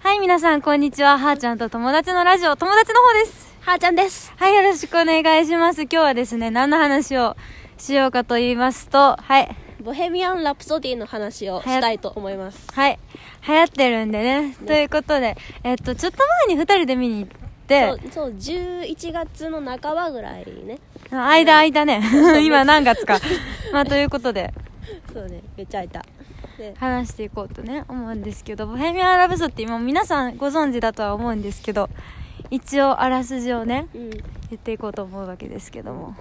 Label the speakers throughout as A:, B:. A: はい、皆さん、こんにちは。はーちゃんと友達のラジオ、友達の方です。
B: はーちゃんです。
A: はい、よろしくお願いします。今日はですね、何の話をしようかと言いますと、はい、
B: ボヘミアン・ラプソディの話をしたいと思います。
A: はい、流行ってるんでね。ということで、えっと、ちょっと前に二人で見に行って
B: そう、、そう、11月の半ばぐらいね。
A: 間、間ね。今何月か。まあ、ということで、
B: そうね、めっちゃ空いた。で、
A: 話していこうとね、思うんですけど、ボヘミアン・ラブソって今皆さんご存知だとは思うんですけど、一応あらすじをね、
B: うん。
A: 言っていこうと思うわけですけども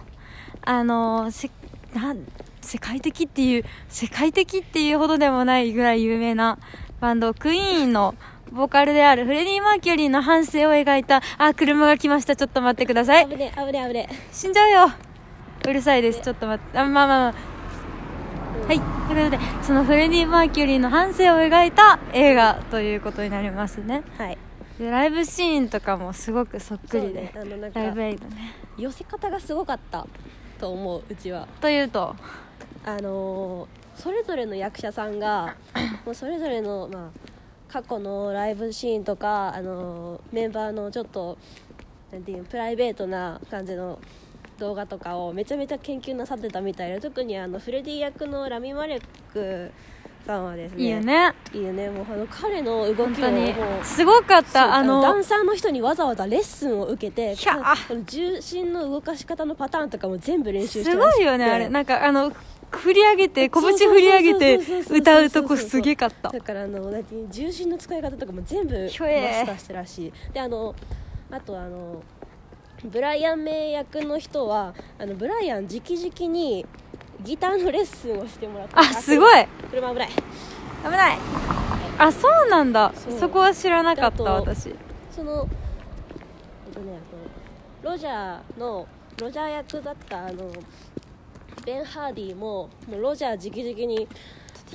A: あのせなん世界的っていう世界的っていうほどでもないぐらい有名なバンドクイーンのボーカルであるフレディ・マーキュリーの半生を描いたあ車が来ましたちょっと待ってください
B: 危ねえ、危ねえ、危ね
A: 死んじゃうようるさいですちょっと待ってあまあまあまあはいということでそのフレディ・マーキュリーの半生を描いた映画ということになりますね
B: え。はい。
A: でライブシーンとかもすごくそっくりで、
B: そうねあのなんか
A: ライブエイドね
B: 寄せ方がすごかったと思う、うちは。
A: というと
B: あのーそれぞれの役者さ んがもうそれぞれの、まあ、過去のライブシーンとか、あのーメンバーのちょっとなんていうのプライベートな感じの動画とかをめちゃめちゃ研究なさってたみたいで特にあのフレディ役のラミ・マレックさんはですね
A: いいよね
B: いいよねもうあの彼の動
A: 本
B: きを
A: 当
B: も
A: に
B: う
A: すごかっ
B: そう
A: たあの
B: ダンサーの人にわざわざレッスンを受けて
A: ひゃー
B: この重心の動かし方のパターンとかも全部練習して
A: す
B: らっ
A: ご
B: しゃって
A: いよねあれなんかあの振り上げて拳
B: そうそうそうそう
A: 振り上げて歌うとこすげかった
B: だからあのなんていう重心の使い方とかも全部マス
A: ひ
B: タ
A: ょえ
B: ーしてるらしいであのあとあのブライアン・メイ役の人はあのブライアン直々にギターのレッスンをしてもらった
A: あすごい
B: 車危ない
A: 危ないあそうなんだ
B: そう
A: そこは知らなかっ
B: あ
A: た
B: と
A: 私
B: そのえっとねあのロジャーのロジャー役だったあのベン・ハーディももうロジャー直々に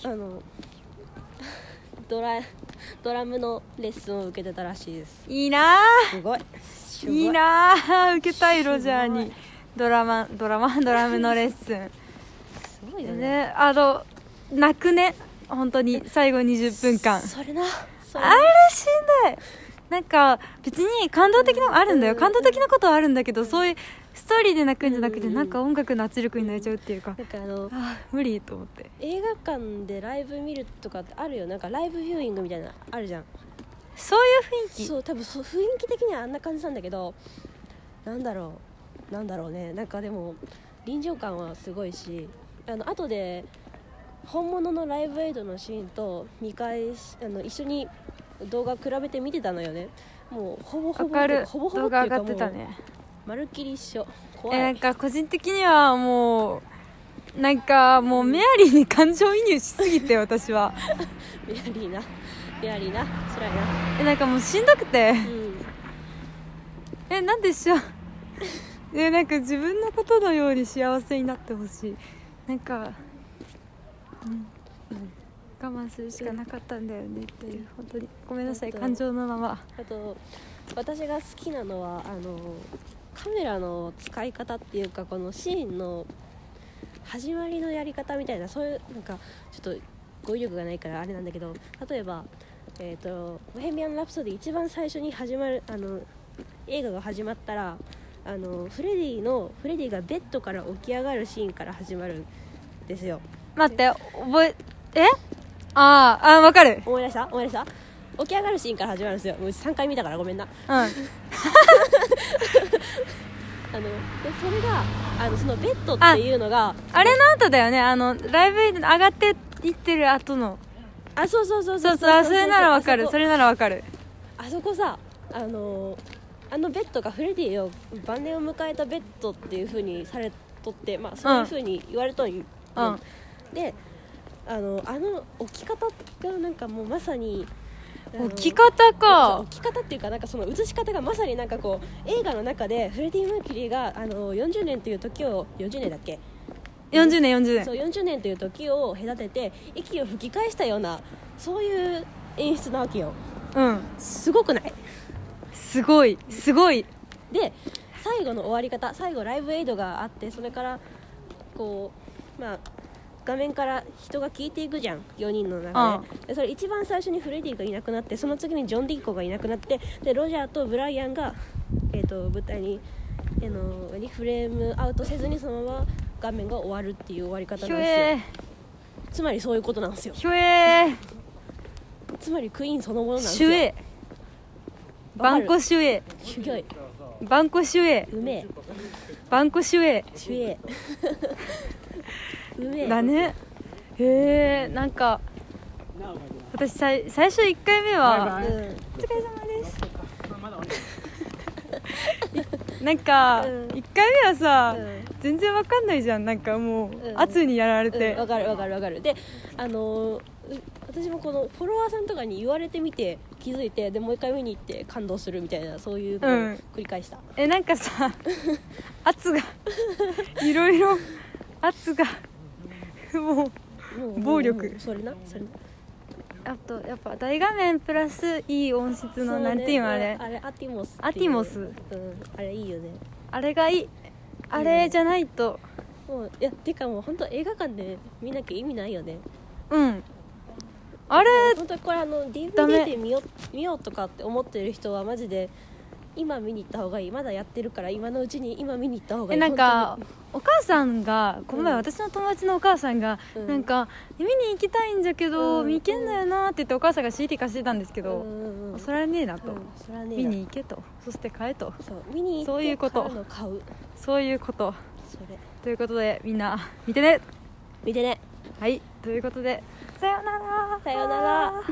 B: あのドラドラムのレッスンを受けてたらしいです
A: いいなあ
B: すごい
A: いいなあ受けたいロジャーにドラマドラマド ラムのレッス
B: すごいよ
A: ン
B: ね
A: ねあの泣くね本当に最後20分間
B: それなそれ
A: あれしんどいなんか別に感動的なあるんだよ感動的なことはあるんだけどそういうストーリーで泣くんじゃなくて
B: うん
A: なんか音楽の圧力になっちゃうっていうか
B: なんかあの
A: あー無理と思って
B: 映画館でライブ見るとかってあるよなんかライブビューイングみたいなのあるじゃん
A: そういう雰囲気
B: そう多分そう雰囲気的にはあんな感じなんだけどなんだろうなんだろうねなんかでも臨場感はすごいしあの後で本物のライブエイドのシーンと見返しあの一緒に動画比べて見てたのよねもうほぼほ
A: わ
B: ぼ
A: かる
B: ほぼほぼ
A: 動画上がっ
B: って
A: て
B: いうか
A: た
B: もう
A: ね
B: まるっきり一緒怖い、
A: えなんか個人的にはもうなんかもうメアリーに感情移入しすぎて私は
B: メアリーなメアリーな辛い
A: えなんかもうしんどくて
B: なうん
A: えなんでしょう えなんか自分のことのように幸せになってほしいなんかうん我慢するしかなかったんだよねっていう本当にごめんなさい
B: 本当
A: 感情のまま
B: あと私が好きなのはあのカメラの使い方っていうかこのシーンの始まりのやり方みたいなそういうなんかちょっと語彙力がないからあれなんだけど例えば「えー、とボヘミアン・ラプソディ」一番最初に始まるあの映画が始まったらあのフレディのフレディがベッドから起き上がるシーンから始まるんですよ
A: 待って覚ええあーあわかる
B: 思い出した思い出した起き上がるシーンから始まるんですよもう3回見たからごめんな
A: う
B: あのでそれがあのそのベッドっていうのが
A: んあれの後だよねあのライブに上がっていってる後の
B: あそうそうそう
A: そうそうあそれならわかるそ
B: れ
A: れならわかる
B: あそこさあのーあのベッドがフレディを晩年を迎えたベッドっていう風にされとってまあそういう風に言われとんよ、
A: うん
B: であのあの置き方がなんかもうまさにあの
A: 置き方
B: そう
A: か
B: 置き方っていうかなんかその映し方がまさになんかこう映画の中でフレディ・マーキュリーがあの40年という時を40年だっけ
A: 40年40
B: そ
A: 年
B: う40年という時を隔てて息を吹き返したようなそういう演出なわけよ
A: うん
B: すごくない
A: すごいすごい
B: で最後の終わり方最後ライブエイドがあってそれからこうまあ画面から人が聞いていくじゃん4人の
A: あ
B: 中ででそれ一番最初にフレディがいなくなってその次にジョン・ディッコがいなくなってでロジャーとブライアンが、えー、と舞台に、えーの何フレームアウトせずにそのまま画面が終わるっていう終わり方
A: ひ
B: な
A: ょ
B: んです
A: え
B: よつまりそういうことなんですよ
A: ひょえ
B: つまりクイーンそのものなんです
A: シ
B: よ
A: ュエバンコシュエ
B: シュギョイ
A: バンコシュエ
B: うめえ
A: バンコシュエ
B: シュエうめ え
A: だねへえんか私さい最初1回目
B: う
A: は「お
B: ん
A: 疲れ様です」なんか
B: うん
A: 1回目はさ
B: うん
A: 全然わかんないじゃんなんかもう
B: うん
A: 圧にやられ
B: うん
A: て
B: わ、かるわかるわかるであのーう私もこのフォロワーさんとかに言われてみて気づいてでもう一回見に行って感動するみたいなそういうのを
A: うん
B: 繰り返した、
A: えなんかさ圧 がいろいろ圧がもう
B: もう
A: 暴力
B: もうそれなそれな
A: あとやっぱ大画面プラスいい音質の、
B: そう
A: なんていうのあれ
B: あれアティモスっていう
A: アティモス
B: うんあれいいよね
A: あれがいいあれじゃないと
B: もういやてかもう本当映画館で見なきゃ意味ないよね
A: うんあれ
B: 本当にこれあの
A: ダメ
B: DVD で見よ見ようとかって思ってる人はマジで今見に行った方がいいまだやってるから今のうちに今見に行った方が
A: え
B: いい
A: なんか
B: 本
A: お母さんがこの前
B: うん
A: 私の友達のお母さんが、
B: うん
A: なんか見に行きたいんじゃけど、
B: うん
A: 見に行けんだよなって言ってお母さんが CD 貸してたんですけ
B: 当
A: ど、
B: にうんうんうん
A: それはねえなと、
B: うんそれはねえ
A: 見
B: な
A: に行けとそして買えと
B: そう見に行って
A: そういうこと
B: からの買う
A: そういうこと
B: それ
A: ということでみんな見てね
B: 見てね
A: はいということでさようなら
B: さようなら